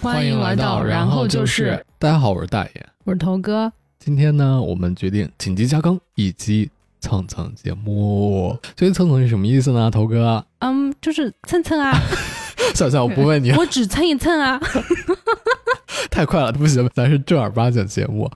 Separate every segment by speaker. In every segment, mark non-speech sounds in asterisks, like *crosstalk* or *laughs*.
Speaker 1: 欢迎来到然后就是
Speaker 2: 大家好，我是大爷。
Speaker 1: 我是头哥，
Speaker 2: 今天呢，我们决定紧急加更以及蹭蹭节目。所以蹭蹭是什么意思呢？头哥， *laughs*
Speaker 1: 嗯，就是蹭蹭啊，
Speaker 2: 算了算了，我不问你，
Speaker 1: 我只蹭一蹭啊。
Speaker 2: 太快了，不行，咱是正儿八经节目。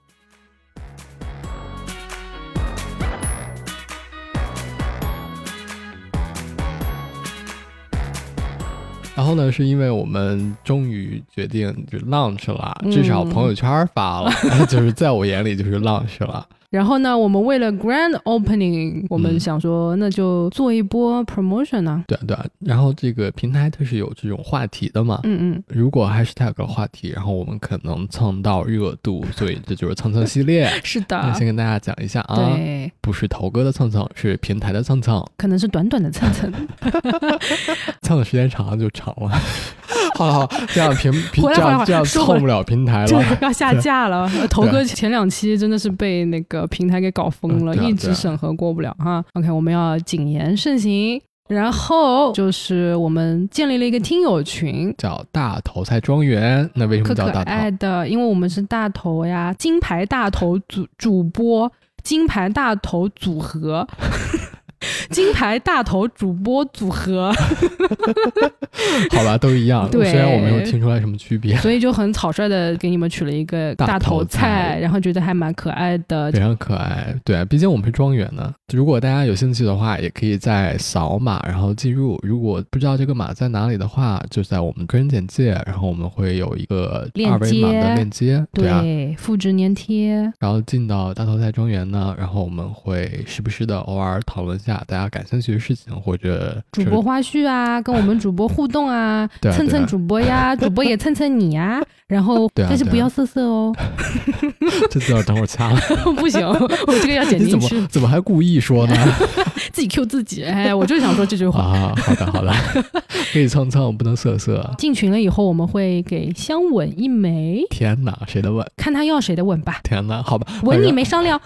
Speaker 2: 然后呢，是因为我们终于决定就 launch 了，
Speaker 1: 嗯
Speaker 2: 至少朋友圈发了， *laughs* 就是在我眼里就是 launch 了。
Speaker 1: 然后呢，我们为了 grand opening，我们
Speaker 2: 嗯
Speaker 1: 想说那就做一波 promotion 呢、
Speaker 2: 对啊对啊，然后这个平台它是有这种话题的嘛，
Speaker 1: 嗯嗯，
Speaker 2: 如果 hashtag 的话题，然后我们可能蹭到热度，所以这就是蹭蹭
Speaker 1: *laughs*
Speaker 2: 系列。
Speaker 1: 是
Speaker 2: 那
Speaker 1: 的，
Speaker 2: 先跟大家讲一下啊，
Speaker 1: 啊对，
Speaker 2: 不是头哥的蹭蹭，是平台的蹭蹭，
Speaker 1: 可能是短短的蹭蹭，
Speaker 2: 蹭的时间长了就长了。 *laughs* 好了好了，这样平平
Speaker 1: 回来
Speaker 2: 这
Speaker 1: 回来
Speaker 2: 样这样
Speaker 1: 说回来
Speaker 2: 蹭不了平台
Speaker 1: 这
Speaker 2: 了。
Speaker 1: 个要下架了。呃头哥前两期真的是被那个平台给搞疯了，
Speaker 2: 嗯对啊
Speaker 1: 一直审核过不了哈。OK，我们要谨言慎行。然后就是我们建立了一个听友群，
Speaker 2: 叫大头菜庄园，那为什
Speaker 1: 可
Speaker 2: 么
Speaker 1: 可
Speaker 2: 叫大头？
Speaker 1: 爱的，因为我们是大头呀，金牌大头主主播，金牌大头组合。 *laughs* 金牌大头主播组
Speaker 2: *laughs*
Speaker 1: 合，
Speaker 2: 好吧，都一样。
Speaker 1: 对
Speaker 2: 虽然我没有听出来什么区别，
Speaker 1: 所以就很草率的给你们取了一个大
Speaker 2: 大头
Speaker 1: 头菜，
Speaker 2: 菜
Speaker 1: 然后觉得还蛮可爱的
Speaker 2: 非。常可爱。对啊，毕竟我们是庄园呢。如果大家有兴趣的话，也可以在扫码然后进入。如果不知道这个码在哪里的话，就在我们个人简介，然后我们会有一个
Speaker 1: 链
Speaker 2: 二维码
Speaker 1: 接
Speaker 2: 的链接。对啊，
Speaker 1: 对，复制粘贴，
Speaker 2: 然后进到大头菜庄园呢，然后我们会时不时的偶尔讨论一下大家感兴趣的事情，或者
Speaker 1: 主播花絮啊，跟我们主播互动啊，
Speaker 2: *laughs* 对啊
Speaker 1: 蹭
Speaker 2: 对
Speaker 1: 蹭
Speaker 2: 啊
Speaker 1: 主播呀，主播也蹭蹭你呀。然后，
Speaker 2: 对啊
Speaker 1: 但是
Speaker 2: 对啊
Speaker 1: 不要色色
Speaker 2: *laughs*
Speaker 1: 哦，
Speaker 2: 这字要等会儿掐了， *laughs*
Speaker 1: 不行，我这个要剪
Speaker 2: 你
Speaker 1: 进
Speaker 2: 怎么
Speaker 1: 去，
Speaker 2: 怎么还故意
Speaker 1: *laughs*
Speaker 2: 说呢？
Speaker 1: 自己 Q 自己。哎，我就想说这句话。
Speaker 2: 啊，好的好 *laughs* 的，可以蹭蹭，不能色色。
Speaker 1: 进群了以后，我们会给香吻一枚，
Speaker 2: 天哪，谁的吻？
Speaker 1: 看他要谁的吻吧。
Speaker 2: 天哪，好吧，
Speaker 1: 吻
Speaker 2: 反
Speaker 1: 你
Speaker 2: 正
Speaker 1: 没商
Speaker 2: *laughs*
Speaker 1: 量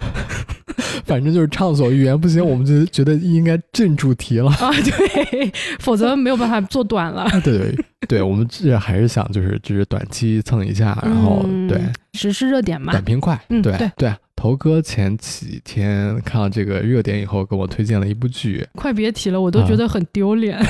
Speaker 2: 反正就是畅所欲言，不行，我们就觉得应该进主题了。
Speaker 1: 啊，对，否则没有办法做短了。
Speaker 2: 对 *laughs* 对对，我们这还是想就是就是短期蹭一下，然后、
Speaker 1: 嗯
Speaker 2: 对
Speaker 1: 时事热点嘛，
Speaker 2: 短平快，
Speaker 1: 嗯
Speaker 2: 对
Speaker 1: 对
Speaker 2: 对。头哥前几天看到这个热点以后，给我推荐了一部剧， *laughs*
Speaker 1: 快别提了，我都觉得很丢脸。
Speaker 2: 嗯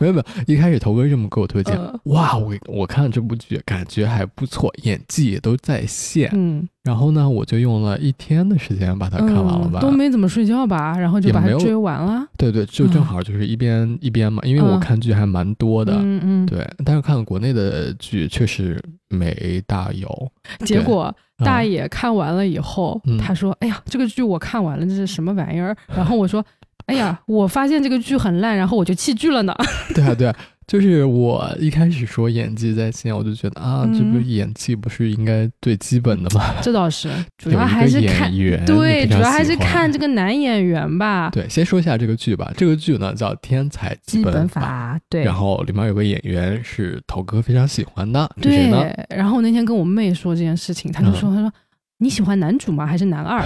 Speaker 2: 没有没有，一开始头哥这么给我推荐，
Speaker 1: 嗯
Speaker 2: 哇，我我看了这部剧，感觉还不错，演技也都在线。
Speaker 1: 嗯，
Speaker 2: 然后呢，我就用了一天的时间把哎它看完了吧。
Speaker 1: 嗯都没怎么睡觉吧，然后就
Speaker 2: 也
Speaker 1: 把它
Speaker 2: 没有
Speaker 1: 追完了。
Speaker 2: 对对，就
Speaker 1: 嗯
Speaker 2: 正好就是一边、一边嘛，因为我
Speaker 1: 嗯
Speaker 2: 看剧还蛮多的。
Speaker 1: 嗯嗯，
Speaker 2: 对，但是看国内的剧确实没大有。
Speaker 1: 结果
Speaker 2: 嗯
Speaker 1: 大爷看完了以后，
Speaker 2: 嗯
Speaker 1: 他说：“哎呀，这个剧我看完了，这是什么玩意儿？”然后我说：“哎呀，我发现这个剧很烂，然后我就弃剧了呢。
Speaker 2: 对啊，对啊，就是我一开始说演技在线，我就觉得啊，这不
Speaker 1: 嗯
Speaker 2: 是演技不是应该最基本的吗？” *laughs*
Speaker 1: 这倒是，主
Speaker 2: 有
Speaker 1: 要
Speaker 2: 一
Speaker 1: 还
Speaker 2: 个
Speaker 1: 是
Speaker 2: 演
Speaker 1: 看
Speaker 2: 员哎你
Speaker 1: 对，
Speaker 2: 非
Speaker 1: 主
Speaker 2: 常
Speaker 1: 要还
Speaker 2: 喜
Speaker 1: 是
Speaker 2: 欢
Speaker 1: 看这个男演员吧。
Speaker 2: 对，先说一下这个剧吧。这个剧呢叫《天才
Speaker 1: 基
Speaker 2: 本
Speaker 1: 本》，法对。
Speaker 2: 然后里面有个演员是头哥非常喜欢的，是谁
Speaker 1: 对
Speaker 2: 呢？，
Speaker 1: 然后我那天跟我妹说这件事情，她就
Speaker 2: 嗯
Speaker 1: 说：“她说你喜欢男主吗？还是男二？”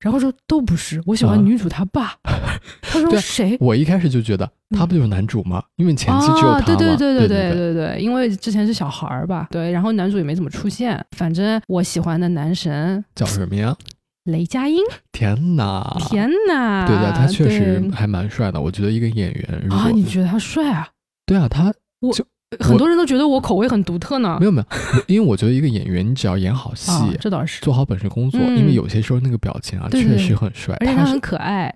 Speaker 1: 然后说都不是，我喜欢
Speaker 2: 嗯
Speaker 1: 女主她
Speaker 2: *laughs*
Speaker 1: 爸。她说
Speaker 2: 对
Speaker 1: 谁？
Speaker 2: 我一开始就觉得他不就是男主吗？因为前期只有
Speaker 1: 嗯哦
Speaker 2: 他嘛。
Speaker 1: 对对
Speaker 2: 对
Speaker 1: 对对对对，因为之前是小孩儿吧，对，然后男主也没怎么出现。反正我喜欢的男神
Speaker 2: 叫什么呀？
Speaker 1: 雷佳音，
Speaker 2: 天哪！
Speaker 1: 天哪！
Speaker 2: 啊对对，他确实
Speaker 1: 啊对
Speaker 2: 还蛮帅的。我觉得一个演员，如果、
Speaker 1: 啊，你觉得他帅啊？
Speaker 2: 对啊，他
Speaker 1: 很多人都觉得我口味很独特呢
Speaker 2: 没。有没有，因为我觉得一个演员，你只要演好戏，
Speaker 1: 啊，这倒是，
Speaker 2: 做好本职工作，
Speaker 1: 嗯
Speaker 2: 因为有些时候那个表情啊，
Speaker 1: 对对对
Speaker 2: 确实很帅。
Speaker 1: 而且他
Speaker 2: 是
Speaker 1: 很可爱。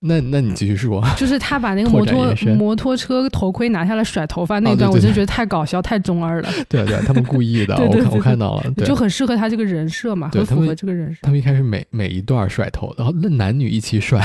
Speaker 2: 那那你继续说， *laughs*
Speaker 1: 就是他把那个
Speaker 2: 拓
Speaker 1: 摩
Speaker 2: 展
Speaker 1: 托
Speaker 2: 延伸
Speaker 1: 摩托车头盔拿下来甩头发那
Speaker 2: 哦对
Speaker 1: 段，
Speaker 2: 对
Speaker 1: 我真
Speaker 2: 对
Speaker 1: 觉得太搞笑、太中二了，
Speaker 2: 对对，他们故意的，
Speaker 1: 对对对
Speaker 2: 我看
Speaker 1: 对
Speaker 2: 我看到了，对
Speaker 1: 就。很适合他这个人设嘛，
Speaker 2: 对
Speaker 1: 很符
Speaker 2: 他
Speaker 1: 合
Speaker 2: 们
Speaker 1: 这个人
Speaker 2: *laughs*
Speaker 1: 设，
Speaker 2: 他们一开始每每一段甩头，然后那男女一起甩，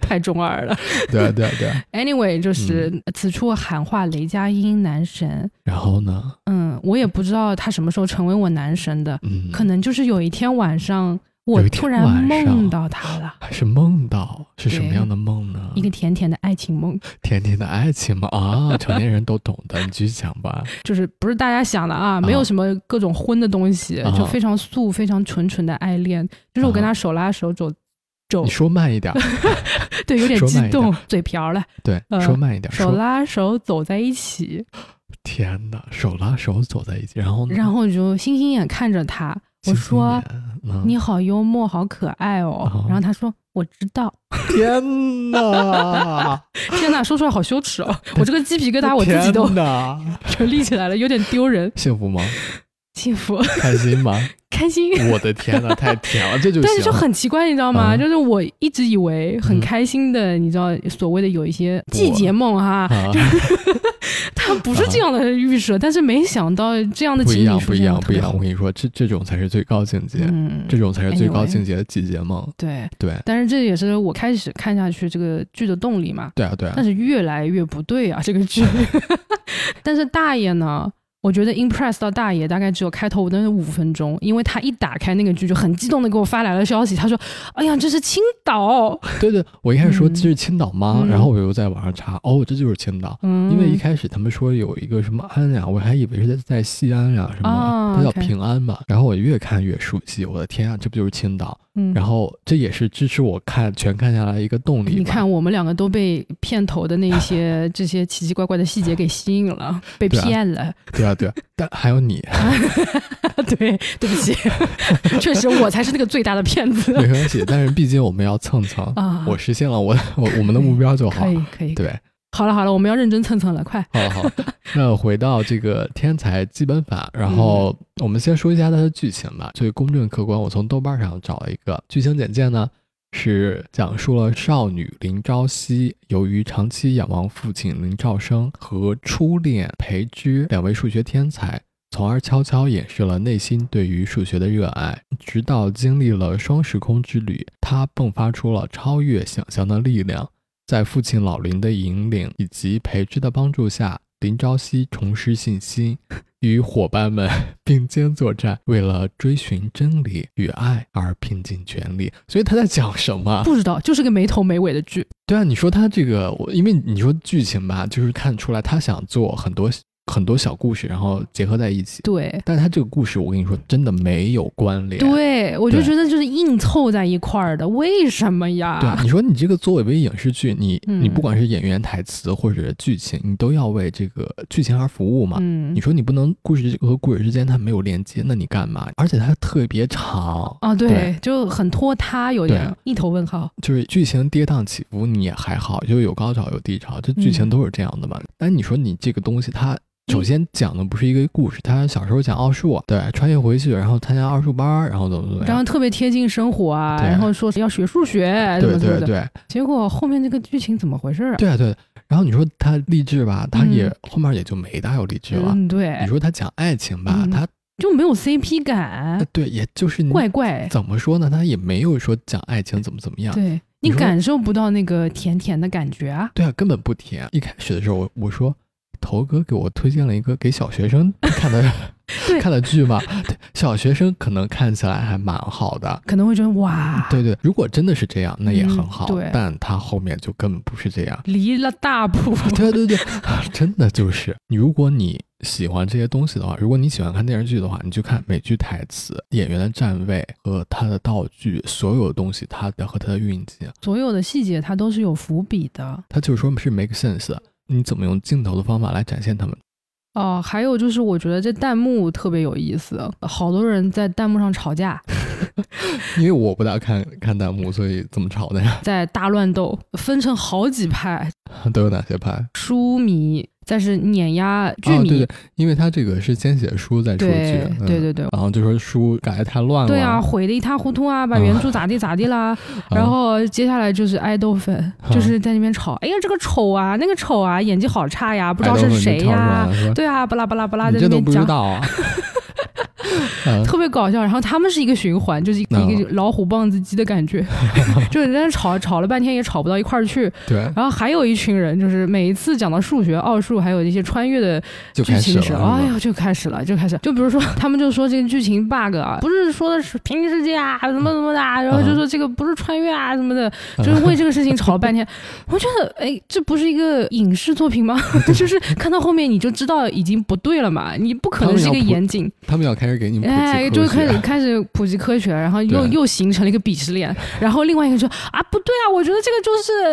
Speaker 1: 太中二了。
Speaker 2: 对对对。啊
Speaker 1: *laughs* Anyway，就是
Speaker 2: 嗯
Speaker 1: 此处喊话雷佳音男神，
Speaker 2: 然后呢，
Speaker 1: 嗯，我也不知道他什么时候成为我男神的，
Speaker 2: 嗯，
Speaker 1: 可能就是有一天晚上我
Speaker 2: 有一天
Speaker 1: 突然
Speaker 2: 晚上
Speaker 1: 梦到他了。
Speaker 2: 还是梦到是什么
Speaker 1: 对
Speaker 2: 样的梦呢？
Speaker 1: 一个甜甜的爱情梦，
Speaker 2: 甜甜的爱情吗？啊，成年人都懂的，你继续讲
Speaker 1: *laughs*
Speaker 2: 吧。
Speaker 1: 就是不是大家想的啊，没有什么各种荤的东西，
Speaker 2: 啊
Speaker 1: 就非常素、非常纯纯的爱恋。就是我跟他
Speaker 2: 啊
Speaker 1: 手拉手走走
Speaker 2: 你说慢
Speaker 1: *laughs*
Speaker 2: 一点儿，
Speaker 1: 对，有点
Speaker 2: 说
Speaker 1: 激
Speaker 2: 慢一点
Speaker 1: 动，嘴瓢了，
Speaker 2: 对
Speaker 1: 嗯，
Speaker 2: 说慢一点儿，
Speaker 1: 手
Speaker 2: 说
Speaker 1: 拉手走在一起，
Speaker 2: 天哪，手拉手走在一起，然后呢
Speaker 1: 然后我就星星眼看着他，我
Speaker 2: 亲亲
Speaker 1: 说
Speaker 2: 脸嗯
Speaker 1: 你好幽默，好可爱哦。
Speaker 2: 哦
Speaker 1: 然后他说我知道。
Speaker 2: 天哪，
Speaker 1: 天呐，说出来好羞耻
Speaker 2: *laughs*
Speaker 1: 哦！ *laughs* 我这个鸡皮疙瘩我自己都
Speaker 2: 天哪，
Speaker 1: 就立起来了，有点丢
Speaker 2: *laughs*
Speaker 1: 人。
Speaker 2: 幸福
Speaker 1: *laughs*
Speaker 2: 吗？
Speaker 1: 幸福， *laughs*
Speaker 2: 开心吗？
Speaker 1: 开心。
Speaker 2: 我的天哪，太甜了，这就
Speaker 1: 但是
Speaker 2: 行
Speaker 1: 就很奇怪，你知道吗？
Speaker 2: 嗯
Speaker 1: 就是我一直以为很
Speaker 2: 嗯
Speaker 1: 开心的，你知道所谓的有一些季节梦哈， *laughs*
Speaker 2: 啊，
Speaker 1: 它不是这样的预设，但是没想到这样的
Speaker 2: 不一
Speaker 1: 情
Speaker 2: 样，
Speaker 1: 侣
Speaker 2: 不
Speaker 1: 出
Speaker 2: 一
Speaker 1: 现
Speaker 2: 样，
Speaker 1: 了特
Speaker 2: 不一
Speaker 1: 别
Speaker 2: 样。
Speaker 1: 好
Speaker 2: 我跟你说，这这种才是最高境界，
Speaker 1: 嗯，
Speaker 2: 这种才是最高
Speaker 1: anyway
Speaker 2: 境界的季节梦。
Speaker 1: 对。
Speaker 2: 对，
Speaker 1: 但是这也是我开始看下去这个剧的动力嘛。
Speaker 2: 对啊，对啊
Speaker 1: 但，是越来越不对啊，这个
Speaker 2: *laughs*
Speaker 1: 剧。但是大爷呢，我觉得 impress 到大爷大概只有开头的五分钟，因为他一打开那个剧就很激动的给我发来了消息，他说：“哎呀，这是青岛。
Speaker 2: 对对，我一开始说
Speaker 1: 嗯
Speaker 2: 这是青岛吗？
Speaker 1: 嗯
Speaker 2: 然后我又在网上查，哦，这就是青岛。”
Speaker 1: 嗯，
Speaker 2: 因为一开始他们说有一个什么安呀，我还以为是在在西安呀什么
Speaker 1: 啊，
Speaker 2: 它叫
Speaker 1: OK
Speaker 2: 平安嘛。然后我越看越熟悉，我的天啊，这不就是青岛？
Speaker 1: 嗯，
Speaker 2: 然后这也是支持我看全看下来一个动力吧。
Speaker 1: 你看，我们两个都被片头的那
Speaker 2: *laughs*
Speaker 1: 些这些奇奇怪怪的细节给吸引了，被
Speaker 2: 对啊
Speaker 1: 骗
Speaker 2: *laughs*
Speaker 1: 了。
Speaker 2: 对啊对啊，但还有你，
Speaker 1: 对，对不起， *laughs* 确实我才是那个最大的骗子
Speaker 2: 没关系，但是毕竟我们要蹭
Speaker 1: *laughs*
Speaker 2: 蹭，
Speaker 1: 啊！
Speaker 2: 我实现了我我我们的目标就好
Speaker 1: 可。以可以，
Speaker 2: 对，
Speaker 1: 好了好了，我们要认真蹭蹭了，快。
Speaker 2: 好哦了好了，那回到这个天才基本法，然后我们先说一下它的剧情吧。最公正客观，我从豆瓣上找了一个剧情简介呢，是讲述了少女林朝夕由于长期仰望父亲林兆生和初恋裴之两位数学天才。从而悄悄掩饰了内心对于数学的热爱，直到经历了双时空之旅，她迸发出了超越想象的力量，在父亲老林的引领以及培之的帮助下，林朝夕重拾信心，与伙伴们 *laughs* 并肩作战，为了追寻真理与爱而拼尽全力。所以他在讲什么？啊
Speaker 1: 不知道，就是个没头没尾的剧。
Speaker 2: 对啊，你说他这个，我因为你说剧情吧，就是看出来他想做很多很多小故事，然后结合在一起。
Speaker 1: 对，
Speaker 2: 但他这个故事，我跟你说，真的没有关联。
Speaker 1: 对，我就
Speaker 2: 对
Speaker 1: 觉得就是硬凑在一块儿的，为什么呀？
Speaker 2: 对啊，你说你这个作为影视剧，你、你
Speaker 1: 嗯
Speaker 2: 不管是演员、台词或者剧情，你都要为这个剧情而服务嘛。
Speaker 1: 嗯
Speaker 2: 你，说你不能故事和故事之间它没有链接，那你干嘛？而且它特别长，
Speaker 1: 啊，对，
Speaker 2: 对
Speaker 1: 就很拖沓，有点
Speaker 2: 对
Speaker 1: 一头问号。
Speaker 2: 就是剧情跌宕起伏，你也还好，就有高潮有低潮，这剧情
Speaker 1: 嗯
Speaker 2: 都是这样的嘛。但你说你这个东西，它首先讲的不是一个故事，他小时候讲奥数，对，穿越回去，然后参加奥数班儿，然后怎么怎么
Speaker 1: 然后
Speaker 2: 样。
Speaker 1: 特别贴近生活啊，
Speaker 2: 啊对
Speaker 1: 然后说要学数学，怎
Speaker 2: 对
Speaker 1: 么怎
Speaker 2: 对
Speaker 1: 么的。
Speaker 2: 对
Speaker 1: 结果后面这个剧情怎么回事啊？
Speaker 2: 对啊对，然后你说他励志吧，他也、
Speaker 1: 嗯
Speaker 2: 后面也就没大有励志了。
Speaker 1: 嗯，
Speaker 2: 你
Speaker 1: 对，
Speaker 2: 说他讲爱情吧，
Speaker 1: 嗯
Speaker 2: 他
Speaker 1: 就没有 CP 感
Speaker 2: 呃，对，也就是你
Speaker 1: 怪怪。
Speaker 2: 怎么说呢？他也没有说讲爱情怎么怎么样，
Speaker 1: 对
Speaker 2: 你
Speaker 1: 你
Speaker 2: 说
Speaker 1: 感受不到那个甜甜的感觉啊？
Speaker 2: 对啊，根本不甜。一开始的时候，我我说头哥给我推荐了一个给小学生看的
Speaker 1: *laughs* 对
Speaker 2: 看的剧嘛，对，小学生可能看起来还蛮好的。
Speaker 1: 可能会觉得哇，
Speaker 2: 对对，如果真的是这样，那也很
Speaker 1: 啊嗯
Speaker 2: 好。
Speaker 1: 对
Speaker 2: 但他后面就根本不是这样。 *laughs*
Speaker 1: 离了大步。
Speaker 2: 对对对， *laughs* 真的就是你。如果你喜欢这些东西的话，如果你喜欢看电视剧的话，你去看每句台词、演员的站位和他的道具，所有东西，他的和他的运镜，
Speaker 1: 所有的细节它都是有伏笔的。
Speaker 2: 他就是说是 make sense 的。你怎么用镜头的方法来展现他们？
Speaker 1: 哦，还有就是，我觉得这弹幕特别有意思，好多人在弹幕上吵架，
Speaker 2: 因为我不大看看弹幕，所以怎么吵的呀？ *laughs*
Speaker 1: 在大乱斗，分成好几派，
Speaker 2: 都有哪些派？
Speaker 1: 书迷，但是碾压剧
Speaker 2: 哦，
Speaker 1: 迷，
Speaker 2: 对对，因为他这个是先写书再说剧，
Speaker 1: 对
Speaker 2: 嗯
Speaker 1: 对对对
Speaker 2: 然后就说书改的太乱了，
Speaker 1: 对啊，毁得一塌糊涂啊，把原著咋地咋地啦，
Speaker 2: 啊
Speaker 1: 然后接下来就是爱豆粉，
Speaker 2: 嗯
Speaker 1: 就是在那边吵，哎呀这个丑啊，那个丑啊，演技好差呀，不知道
Speaker 2: 爱豆
Speaker 1: 是
Speaker 2: 们就
Speaker 1: 谁
Speaker 2: 跳出来
Speaker 1: 呀
Speaker 2: 了，说
Speaker 1: 对啊，巴拉巴拉巴拉
Speaker 2: 你
Speaker 1: 在
Speaker 2: 这
Speaker 1: 那
Speaker 2: 都
Speaker 1: 边
Speaker 2: 不知
Speaker 1: 讲。
Speaker 2: 道
Speaker 1: *laughs*
Speaker 2: 啊？嗯
Speaker 1: 特别搞笑，然后他们是一个循环，就是一个
Speaker 2: 嗯
Speaker 1: 一个老虎棒子鸡的感觉， *laughs* 就是在那吵吵了半天也吵不到一块儿去。
Speaker 2: 对，
Speaker 1: 然后还有一群人，就是每一次讲到数学、奥数，还有一些穿越的
Speaker 2: 就
Speaker 1: 剧
Speaker 2: 开
Speaker 1: 情
Speaker 2: 始了。嗯啊
Speaker 1: 时
Speaker 2: 是
Speaker 1: 候，
Speaker 2: 吧
Speaker 1: 哎呦，就开始了，就开始。就比如说，他们就说这个剧情 bug 啊，不是说的是平行世界啊，怎么怎么的啊，然后就说
Speaker 2: 嗯
Speaker 1: 这个不是穿越啊，什么的，就是为这个事情吵了半天。我觉得，哎，这不是一个影视作品吗？ *laughs* 就是看到后面你就知道已经不对了嘛，你不可能是一
Speaker 2: 他们
Speaker 1: 个
Speaker 2: 要不
Speaker 1: 严谨。
Speaker 2: 他们要开始给你普
Speaker 1: 哎，就开始开始普及科学，然后又
Speaker 2: 啊对
Speaker 1: 又形成了一个鄙视
Speaker 2: *laughs*
Speaker 1: 链。然后另外一个说啊，不对啊，我觉得这个就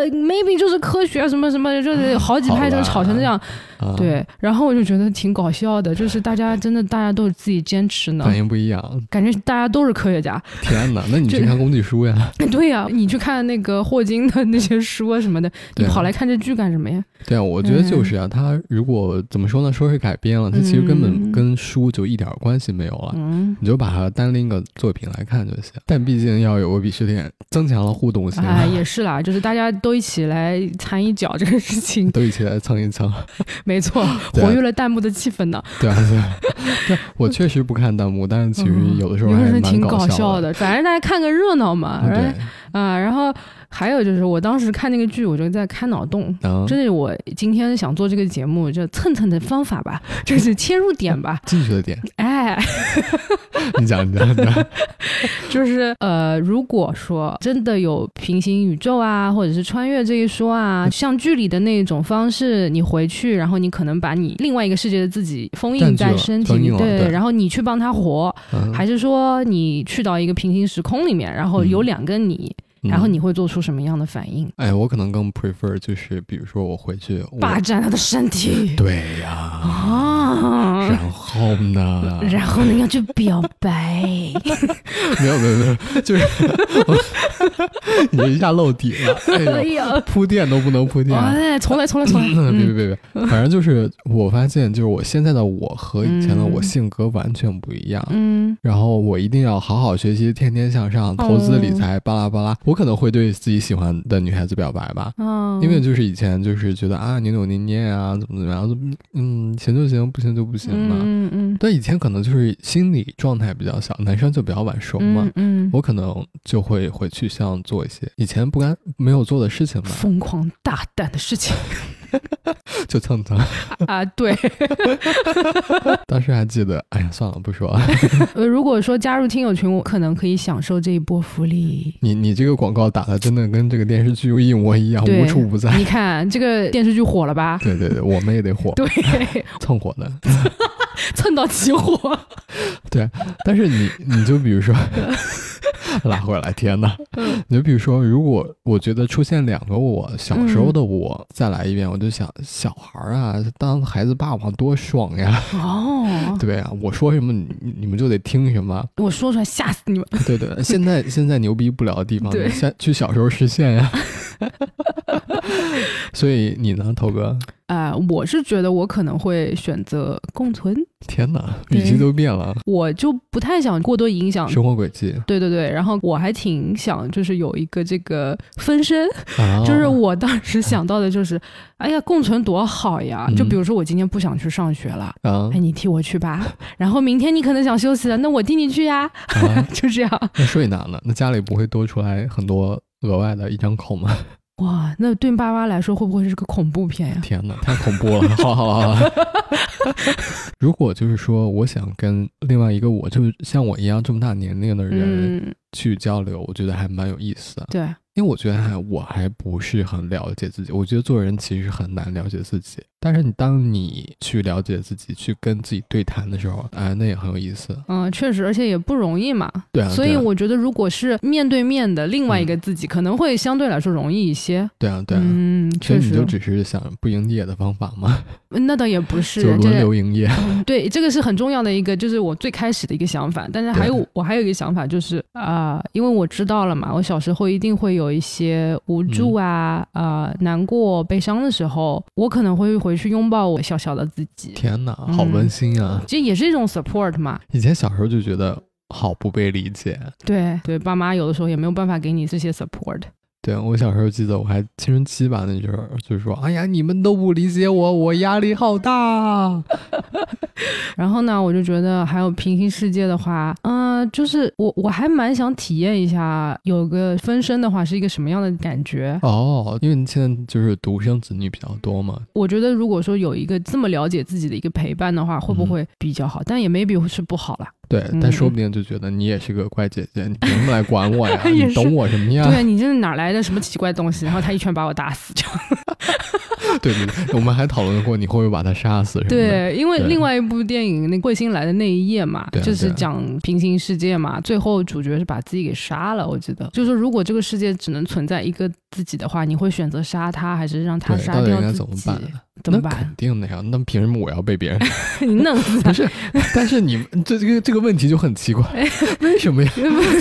Speaker 1: 是 maybe 就是科学啊什么什么的，就是好几派
Speaker 2: 好
Speaker 1: 就
Speaker 2: 吧
Speaker 1: 吵成这样。
Speaker 2: 啊，
Speaker 1: 对，然后我就觉得挺搞笑的，就是大家真的大家都有自己坚持呢
Speaker 2: 反，应不一样。
Speaker 1: 感觉大家都是科学家。 *laughs*
Speaker 2: 天哪，那你去
Speaker 1: 这
Speaker 2: 看工具书呀？
Speaker 1: 对呀、你去看那个霍金的那些书啊什么的，你
Speaker 2: 对
Speaker 1: 跑来看这剧干什么呀？
Speaker 2: 对啊，我觉得就是啊，它如果怎么说呢，说是改编了，它其实根
Speaker 1: 嗯
Speaker 2: 本跟书就一点儿关系没有了。
Speaker 1: 嗯，
Speaker 2: 你就把它当另一个作品来看就行，但毕竟要有个鄙视链，增强了互动性，啊
Speaker 1: 哎，也是啦，就是大家都一起来参一脚这个事情，
Speaker 2: 都一起来蹭一蹭。 *laughs*
Speaker 1: 没错，
Speaker 2: 对
Speaker 1: 活跃了弹幕的气氛呢。
Speaker 2: 对啊，对啊，对啊我确实不看弹幕，但是其实
Speaker 1: 嗯
Speaker 2: 有的时候
Speaker 1: 有
Speaker 2: 还
Speaker 1: 的时候
Speaker 2: 是
Speaker 1: 挺
Speaker 2: 蛮
Speaker 1: 搞
Speaker 2: 笑
Speaker 1: 笑。的，反正大家看个热闹嘛。
Speaker 2: 嗯
Speaker 1: 然
Speaker 2: *laughs* 对
Speaker 1: 后，啊，然后还有就是，我当时看那个剧，我就在开脑洞。
Speaker 2: 能。
Speaker 1: 真的，我今天想做这个节目，就蹭蹭的方法吧， *laughs* 就是切入点吧
Speaker 2: 进去的点， *laughs*
Speaker 1: 哎，
Speaker 2: 你讲，你
Speaker 1: *laughs*
Speaker 2: 讲，你讲。
Speaker 1: 就是呃，如果说真的有平行宇宙啊，或者是穿越这一说
Speaker 2: 嗯
Speaker 1: 啊，像剧里的那种方式，你回去，然后你可能把你另外一个世界的自己封印
Speaker 2: 占据
Speaker 1: 在
Speaker 2: 了
Speaker 1: 身体
Speaker 2: 封
Speaker 1: 里，
Speaker 2: 印了对
Speaker 1: 然后你去帮他活，
Speaker 2: 嗯
Speaker 1: 还是说你去到一个平行时空里面，然后有
Speaker 2: 嗯
Speaker 1: 两个你，然后
Speaker 2: 嗯
Speaker 1: 你会做出什么样的反应？
Speaker 2: 哎，我可能更 prefer 就是，比如说我回去，我
Speaker 1: 霸占他的身体
Speaker 2: 对呀、
Speaker 1: 啊，
Speaker 2: 然后呢？
Speaker 1: 然后呢要去表白，
Speaker 2: *laughs* 没有没有没有，就是 *laughs* 你这一下露底了，哎
Speaker 1: 哎
Speaker 2: 呦，
Speaker 1: 呀，
Speaker 2: 铺垫都不能铺垫。啊
Speaker 1: 哎，重来重来重来，
Speaker 2: *laughs* 别别
Speaker 1: 嗯
Speaker 2: 别别，反正就是我发现，就是我现在的我和以前的我
Speaker 1: 嗯
Speaker 2: 性格完全不一样。
Speaker 1: 嗯
Speaker 2: 然后我一定要好好学习，天天向上，投资
Speaker 1: 哦
Speaker 2: 理财，巴拉巴拉。我可能会对自己喜欢的女孩子表白吧，
Speaker 1: 嗯，
Speaker 2: 因为就是以前就是觉得啊扭扭捏捏啊，怎么怎么样，嗯嗯，行就行，不行就不行嘛。
Speaker 1: 嗯嗯
Speaker 2: 但以前可能就是心理状态比较小，男生就比较晚熟
Speaker 1: 嗯
Speaker 2: 嘛，
Speaker 1: 嗯嗯，
Speaker 2: 我可能就会回去像做一些以前不敢没有做的事情吧， *laughs*
Speaker 1: 疯狂大胆的事情 *laughs*
Speaker 2: 就蹭蹭。
Speaker 1: 啊，对，
Speaker 2: 当时还记得，哎呀，算了，不说了。
Speaker 1: 呃如果说加入听友群，我可能可以享受这一波福利。
Speaker 2: 你你这个广告打的真的跟这个电视剧一模一样，
Speaker 1: 对
Speaker 2: 无处不在。
Speaker 1: 你看这个电视剧火了吧？
Speaker 2: 对对对，我们也得火，
Speaker 1: 对，
Speaker 2: 蹭火的。
Speaker 1: 蹭到起
Speaker 2: *laughs*
Speaker 1: 火。
Speaker 2: 但是你你就比
Speaker 1: *laughs*
Speaker 2: 如说拉回来，天呐，
Speaker 1: 嗯
Speaker 2: 你就比如说，如果我觉得出现两个我，小时
Speaker 1: 嗯
Speaker 2: 候的我、再来一遍，我就想小孩儿啊，当孩子爸爸多爽呀，
Speaker 1: 哦，
Speaker 2: 对啊，我说什么你你们就得听什么，
Speaker 1: 我说出来吓死你们！
Speaker 2: 对
Speaker 1: *laughs*
Speaker 2: 对，现在现在牛逼不了的地方，
Speaker 1: 对
Speaker 2: 你先去小时候实现呀。 *laughs* 所以你呢，头哥？
Speaker 1: 啊、我是觉得我可能会选择共存，
Speaker 2: 天哪，
Speaker 1: 对嗯
Speaker 2: 语气都变了，
Speaker 1: 我就不太想过多影响。
Speaker 2: 生活轨迹
Speaker 1: 对对对，然后我还挺想，就是有一个这个分身，
Speaker 2: 啊，
Speaker 1: 就是我当时想到的就是，哎呀，共存多好呀！
Speaker 2: 嗯
Speaker 1: 就比如说我今天不想去上学了，
Speaker 2: 啊
Speaker 1: 哎，你替我去吧。然后明天你可能想休息了，那我替你去哎呀，
Speaker 2: 啊，
Speaker 1: *laughs* 就这样。
Speaker 2: 那睡哪呢？那家里不会多出来很多额外的一张口
Speaker 1: *laughs*
Speaker 2: 吗？
Speaker 1: 哇，那对爸妈来说会不会是个恐怖片呀？
Speaker 2: 天哪，太恐怖了！ *laughs* 好好好
Speaker 1: *laughs*
Speaker 2: 好。如果就是说，我想跟另外一个我，就是像我一样这么大年龄的人
Speaker 1: 嗯，
Speaker 2: 去交流，我觉得还蛮有意思的。
Speaker 1: 对，
Speaker 2: 因为我觉得还我还不是很了解自己，我觉得做人其实很难了解自己。但是你当你去了解自己，去跟自己对谈的时候，哎，那也很有意思。
Speaker 1: 嗯，确实，而且也不容易嘛。
Speaker 2: 对啊，
Speaker 1: 所以
Speaker 2: 对啊
Speaker 1: 我觉得，如果是面对面的另外一个自己，可能会相对来说容易一些。
Speaker 2: 对啊对啊，
Speaker 1: 嗯，
Speaker 2: 所
Speaker 1: 确
Speaker 2: 以你
Speaker 1: 实嗯
Speaker 2: 就，只是想不营业的方法嘛，
Speaker 1: 那倒也不是，
Speaker 2: *laughs* 就
Speaker 1: 这
Speaker 2: 轮流营
Speaker 1: *laughs*
Speaker 2: 业。
Speaker 1: 对，这个是很重要的一个，就是我最开始的一个想法。但是还有
Speaker 2: 对
Speaker 1: 我还有一个想法，就是啊、因为我知道了嘛，我小时候一定会有一些无助
Speaker 2: 嗯
Speaker 1: 啊、啊、难过、悲伤的时候，我可能会回去拥抱我小小的自己，
Speaker 2: 天哪，好温馨啊！
Speaker 1: 这也是一种 support 嘛。
Speaker 2: 以前小时候就觉得好不被理解。
Speaker 1: 对对，爸妈有的时候也没有办法给你这些 support。
Speaker 2: 对我小时候记得我还青春期吧，那时候就说：“哎呀，你们都不理解我，我压力
Speaker 1: *laughs*
Speaker 2: 好大。啊
Speaker 1: 然后呢，我就觉得还有平行世界的话，嗯、就是我我还蛮想体验一下，有个分身的话是一个什么样的感觉”。
Speaker 2: 哦，因为你现在就是独生子女比较多嘛，
Speaker 1: 我觉得如果说有一个这么了解自己的一个陪伴的话，会不会比较好？但也 maybe 是不好啦。
Speaker 2: 对
Speaker 1: 嗯，
Speaker 2: 但说不定就觉得你也是个乖姐姐，你凭什么来管我呀？
Speaker 1: *laughs* 也
Speaker 2: 你
Speaker 1: 是
Speaker 2: 懂我什么
Speaker 1: 对啊，
Speaker 2: 呀？
Speaker 1: 你这哪来的什么奇怪东西？然后他一拳把我打死，这样
Speaker 2: 对 *laughs* 对对，我们还讨论过你会不会把他杀死什么的。
Speaker 1: 对，因为
Speaker 2: 对
Speaker 1: 另外一部电影《那彗星来的那一夜》嘛
Speaker 2: 对，啊
Speaker 1: 就是
Speaker 2: 对啊
Speaker 1: 讲平行世界嘛，最后主角是把自己给杀了。我记得，就是说如果这个世界只能存在一个自己的话，你会选择杀他，还是让他
Speaker 2: 对，
Speaker 1: 杀
Speaker 2: 到底
Speaker 1: 掉
Speaker 2: 应该
Speaker 1: 自己？
Speaker 2: 怎么办啊？
Speaker 1: 怎么
Speaker 2: 那
Speaker 1: 办？
Speaker 2: 肯定的呀，那凭什么我要被别人？
Speaker 1: *laughs* 你弄死
Speaker 2: 不
Speaker 1: 他！
Speaker 2: 是， *laughs* 但是你们这这个这个问题就很奇怪，为什
Speaker 1: *laughs*
Speaker 2: 么呀？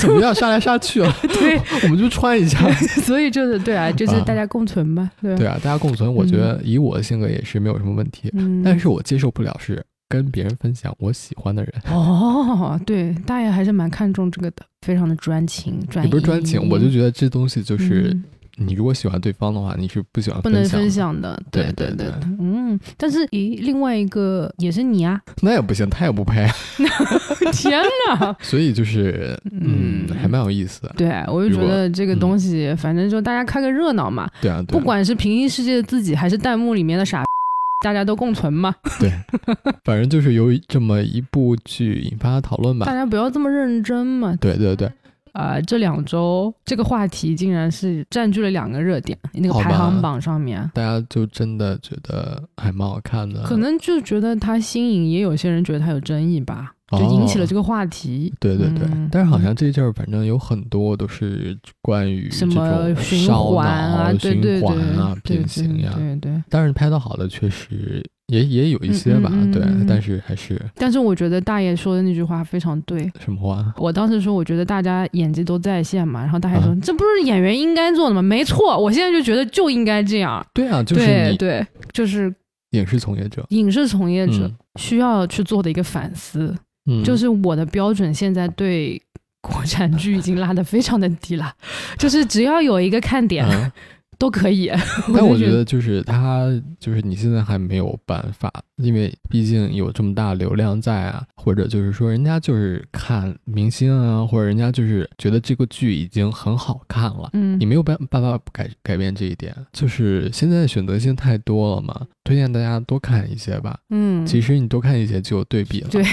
Speaker 2: 怎么样杀来杀去啊？
Speaker 1: 哎对，
Speaker 2: *laughs* 我们就穿一下。
Speaker 1: 所以就是对啊，就是大家共存嘛，对
Speaker 2: 对
Speaker 1: 吧？
Speaker 2: 啊，大家共存，我觉得以我的性格也是没有什么问题。
Speaker 1: 嗯，
Speaker 2: 但是我接受不了是跟别人分享我喜欢的人，
Speaker 1: 哦，对，大爷还是蛮看重这个的，非常的专情，专
Speaker 2: 也不是专情，我就
Speaker 1: 得
Speaker 2: 觉得这东西就是
Speaker 1: 嗯、
Speaker 2: 你如果喜欢对方的话，你是不喜欢
Speaker 1: 不能
Speaker 2: 享
Speaker 1: 分
Speaker 2: 的，
Speaker 1: 享的，
Speaker 2: 对
Speaker 1: 对
Speaker 2: 对对
Speaker 1: 嗯，但是咦，另外一个也是你啊，
Speaker 2: 那也不行，他也不配。啊
Speaker 1: 天哪！
Speaker 2: *laughs* 所以就是， *laughs* 嗯，
Speaker 1: 嗯
Speaker 2: 还蛮有意思的。
Speaker 1: 对，我就觉得这个
Speaker 2: 嗯
Speaker 1: 东西，反正就大家看个热闹嘛，
Speaker 2: 对啊，对
Speaker 1: 不
Speaker 2: 啊
Speaker 1: 管是平行世界的自己，还是弹幕里面的
Speaker 2: *laughs*
Speaker 1: 傻，大家都共存嘛，
Speaker 2: 对，反正就是由于这么一部剧引发讨论
Speaker 1: 大
Speaker 2: 吧。
Speaker 1: 家不要这么认真嘛。
Speaker 2: 对对对，
Speaker 1: 啊、这两周这个话题竟然是占据了两个热点，那个
Speaker 2: 好吧
Speaker 1: 排行榜上面。
Speaker 2: 大家就真的觉得还蛮好看的。
Speaker 1: 可能就觉得它新颖，也有些人觉得它有争议吧，就引起了这个话题。
Speaker 2: 哦对对对，
Speaker 1: 嗯
Speaker 2: 但是好像这一阵儿，反正有很多都是关于
Speaker 1: 什么
Speaker 2: 这种
Speaker 1: 循
Speaker 2: 烧脑啊
Speaker 1: 环啊，对对
Speaker 2: 循
Speaker 1: 对
Speaker 2: 环啊、，
Speaker 1: 对
Speaker 2: 变形呀、
Speaker 1: 对对对。
Speaker 2: 当然拍的好的确实也也有一些吧，
Speaker 1: 嗯嗯嗯
Speaker 2: 对、
Speaker 1: 嗯
Speaker 2: 但是还是
Speaker 1: 但是我觉得大爷说的那句话非常对。
Speaker 2: 什么话？
Speaker 1: 我当时说，我觉得大家演技都在线嘛，然后大爷说，
Speaker 2: 嗯
Speaker 1: 这不是演员应该做的吗？没错，我现在就觉得就应该这样。
Speaker 2: 对啊， *laughs* 就是
Speaker 1: 对
Speaker 2: 你
Speaker 1: 对，就是
Speaker 2: 影视从业者，
Speaker 1: 影视从业者
Speaker 2: 嗯
Speaker 1: 需要去做的一个反思，
Speaker 2: 嗯，
Speaker 1: 就是我的标准现在对国产剧已经拉得非常的低了， *laughs* 就是只要有一个看点、
Speaker 2: 嗯
Speaker 1: 都可
Speaker 2: *laughs*
Speaker 1: 以。
Speaker 2: 但
Speaker 1: *laughs* 就
Speaker 2: 我觉得就是他，就是你现在还没有办法，因为毕竟有这么大流量在啊，或者就是说人家就是看明星啊，或者人家就是觉得这个剧已经很好看了。
Speaker 1: 嗯
Speaker 2: 你没有办办法改改变这一点，就是现在选择性太多了嘛，推荐大家多看一些吧。
Speaker 1: 嗯，
Speaker 2: 其实你多看一些就有对比了，
Speaker 1: 对，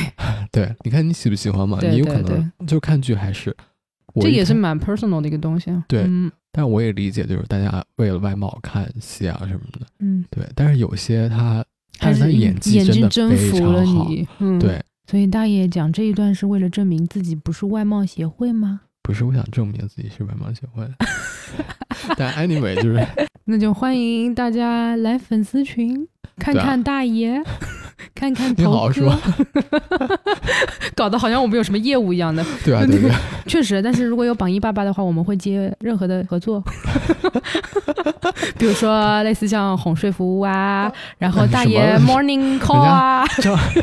Speaker 2: 对你看你喜不喜欢嘛？
Speaker 1: 对
Speaker 2: 你有
Speaker 1: 对
Speaker 2: 可能就看剧还是我
Speaker 1: 这
Speaker 2: 一
Speaker 1: 也是
Speaker 2: 看，
Speaker 1: 蛮 personal 的一个东西啊。
Speaker 2: 对
Speaker 1: 嗯
Speaker 2: 但我也理解，就是大家为了外貌看戏啊什么的，
Speaker 1: 嗯，
Speaker 2: 对，但是有些他，但
Speaker 1: 还
Speaker 2: 是他
Speaker 1: 是
Speaker 2: 演技
Speaker 1: 眼睛
Speaker 2: 真
Speaker 1: 征
Speaker 2: 的非
Speaker 1: 服
Speaker 2: 常
Speaker 1: 了
Speaker 2: 好。
Speaker 1: 你。嗯，。
Speaker 2: 对，
Speaker 1: 所以大爷讲这一段是为了证明自己不是外貌协会吗？
Speaker 2: 不是我想证明自己是外貌协会， *laughs* 但 anyway 就是
Speaker 1: 那就欢迎大家来粉丝群看
Speaker 2: 对啊
Speaker 1: 看大爷，
Speaker 2: *laughs*
Speaker 1: 看看
Speaker 2: 你
Speaker 1: 头
Speaker 2: 好好
Speaker 1: 哥
Speaker 2: 说，
Speaker 1: *laughs* 搞得好像我们有什么业务一样的。
Speaker 2: 对啊对
Speaker 1: *laughs*
Speaker 2: 对，
Speaker 1: 确实，但是如果有榜一爸爸的话，我们会接任何的合作， *laughs* 比如说类似像哄睡服务啊，然后大爷
Speaker 2: 哎什么
Speaker 1: morning call 啊，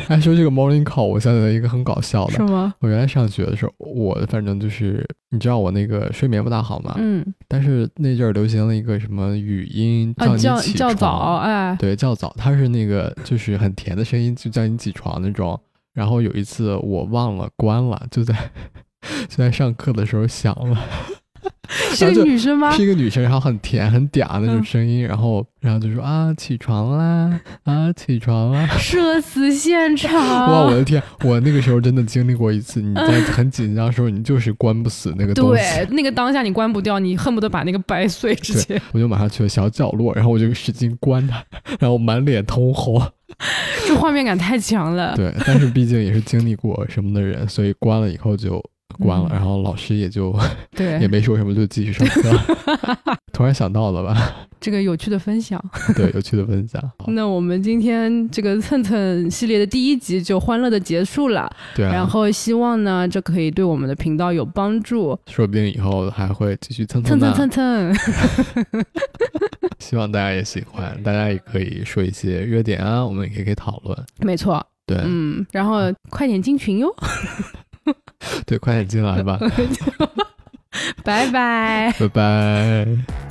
Speaker 2: 还哎说这个 morning call，我想起来一个很搞笑
Speaker 1: 是
Speaker 2: 的。
Speaker 1: 吗？
Speaker 2: 我原来上学的时候，我反正就是你知道我那个睡眠不大好嘛，
Speaker 1: 嗯，
Speaker 2: 但是那阵儿流行了一个什么语音
Speaker 1: 啊，
Speaker 2: 你
Speaker 1: 叫
Speaker 2: 起
Speaker 1: 叫
Speaker 2: 床，
Speaker 1: 早，哎，
Speaker 2: 对，叫早，它是那个就是很甜的声音，就叫你起床那种。然后有一次我忘了关了，就在 *laughs* 就在上课的时候响
Speaker 1: *laughs*
Speaker 2: 了，
Speaker 1: 是
Speaker 2: 就
Speaker 1: 个女生吗
Speaker 2: 是？一个女生，然后很甜很嗲那种声音，然后然后就说啊起
Speaker 1: *laughs*
Speaker 2: 床啦啊起床啦，
Speaker 1: 社死现场，
Speaker 2: *laughs* 哇我的天，我那个时候真的经历过一次，你
Speaker 1: *laughs*
Speaker 2: 在很紧张的时候，你就是关不死那个东西，
Speaker 1: 对，那个当下你关不掉，你恨不得把那个掰碎直接，
Speaker 2: 我就马上去了小角落，然后我就使劲关它， *laughs* 然后满脸
Speaker 1: *laughs*
Speaker 2: 通红。
Speaker 1: *laughs* 这画面感太强了。
Speaker 2: 对，但是毕竟也是经历过什么的人，所以关了以后就关了，
Speaker 1: 嗯
Speaker 2: 然后老师也就 *laughs* 也
Speaker 1: 对，
Speaker 2: 没说什么，就继续上
Speaker 1: *laughs*
Speaker 2: 课。突然想到了吧？
Speaker 1: 这个有趣的分享。
Speaker 2: 对，有趣的分享。好
Speaker 1: 那我们今天这个蹭蹭系列的第一集就欢乐的结束了。
Speaker 2: 对啊，
Speaker 1: 然后希望呢，这可以对我们的频道有帮助。
Speaker 2: 说不定以后还会继续蹭
Speaker 1: 蹭
Speaker 2: 的
Speaker 1: 蹭，蹭蹭， *laughs*
Speaker 2: 希望大家也喜欢。大家也可以说一些热点啊，我们也可以讨论。
Speaker 1: 没错，
Speaker 2: 对、
Speaker 1: 嗯，然后快点进群哟，
Speaker 2: 对，快点进来吧，
Speaker 1: *laughs* 拜拜。
Speaker 2: 拜拜。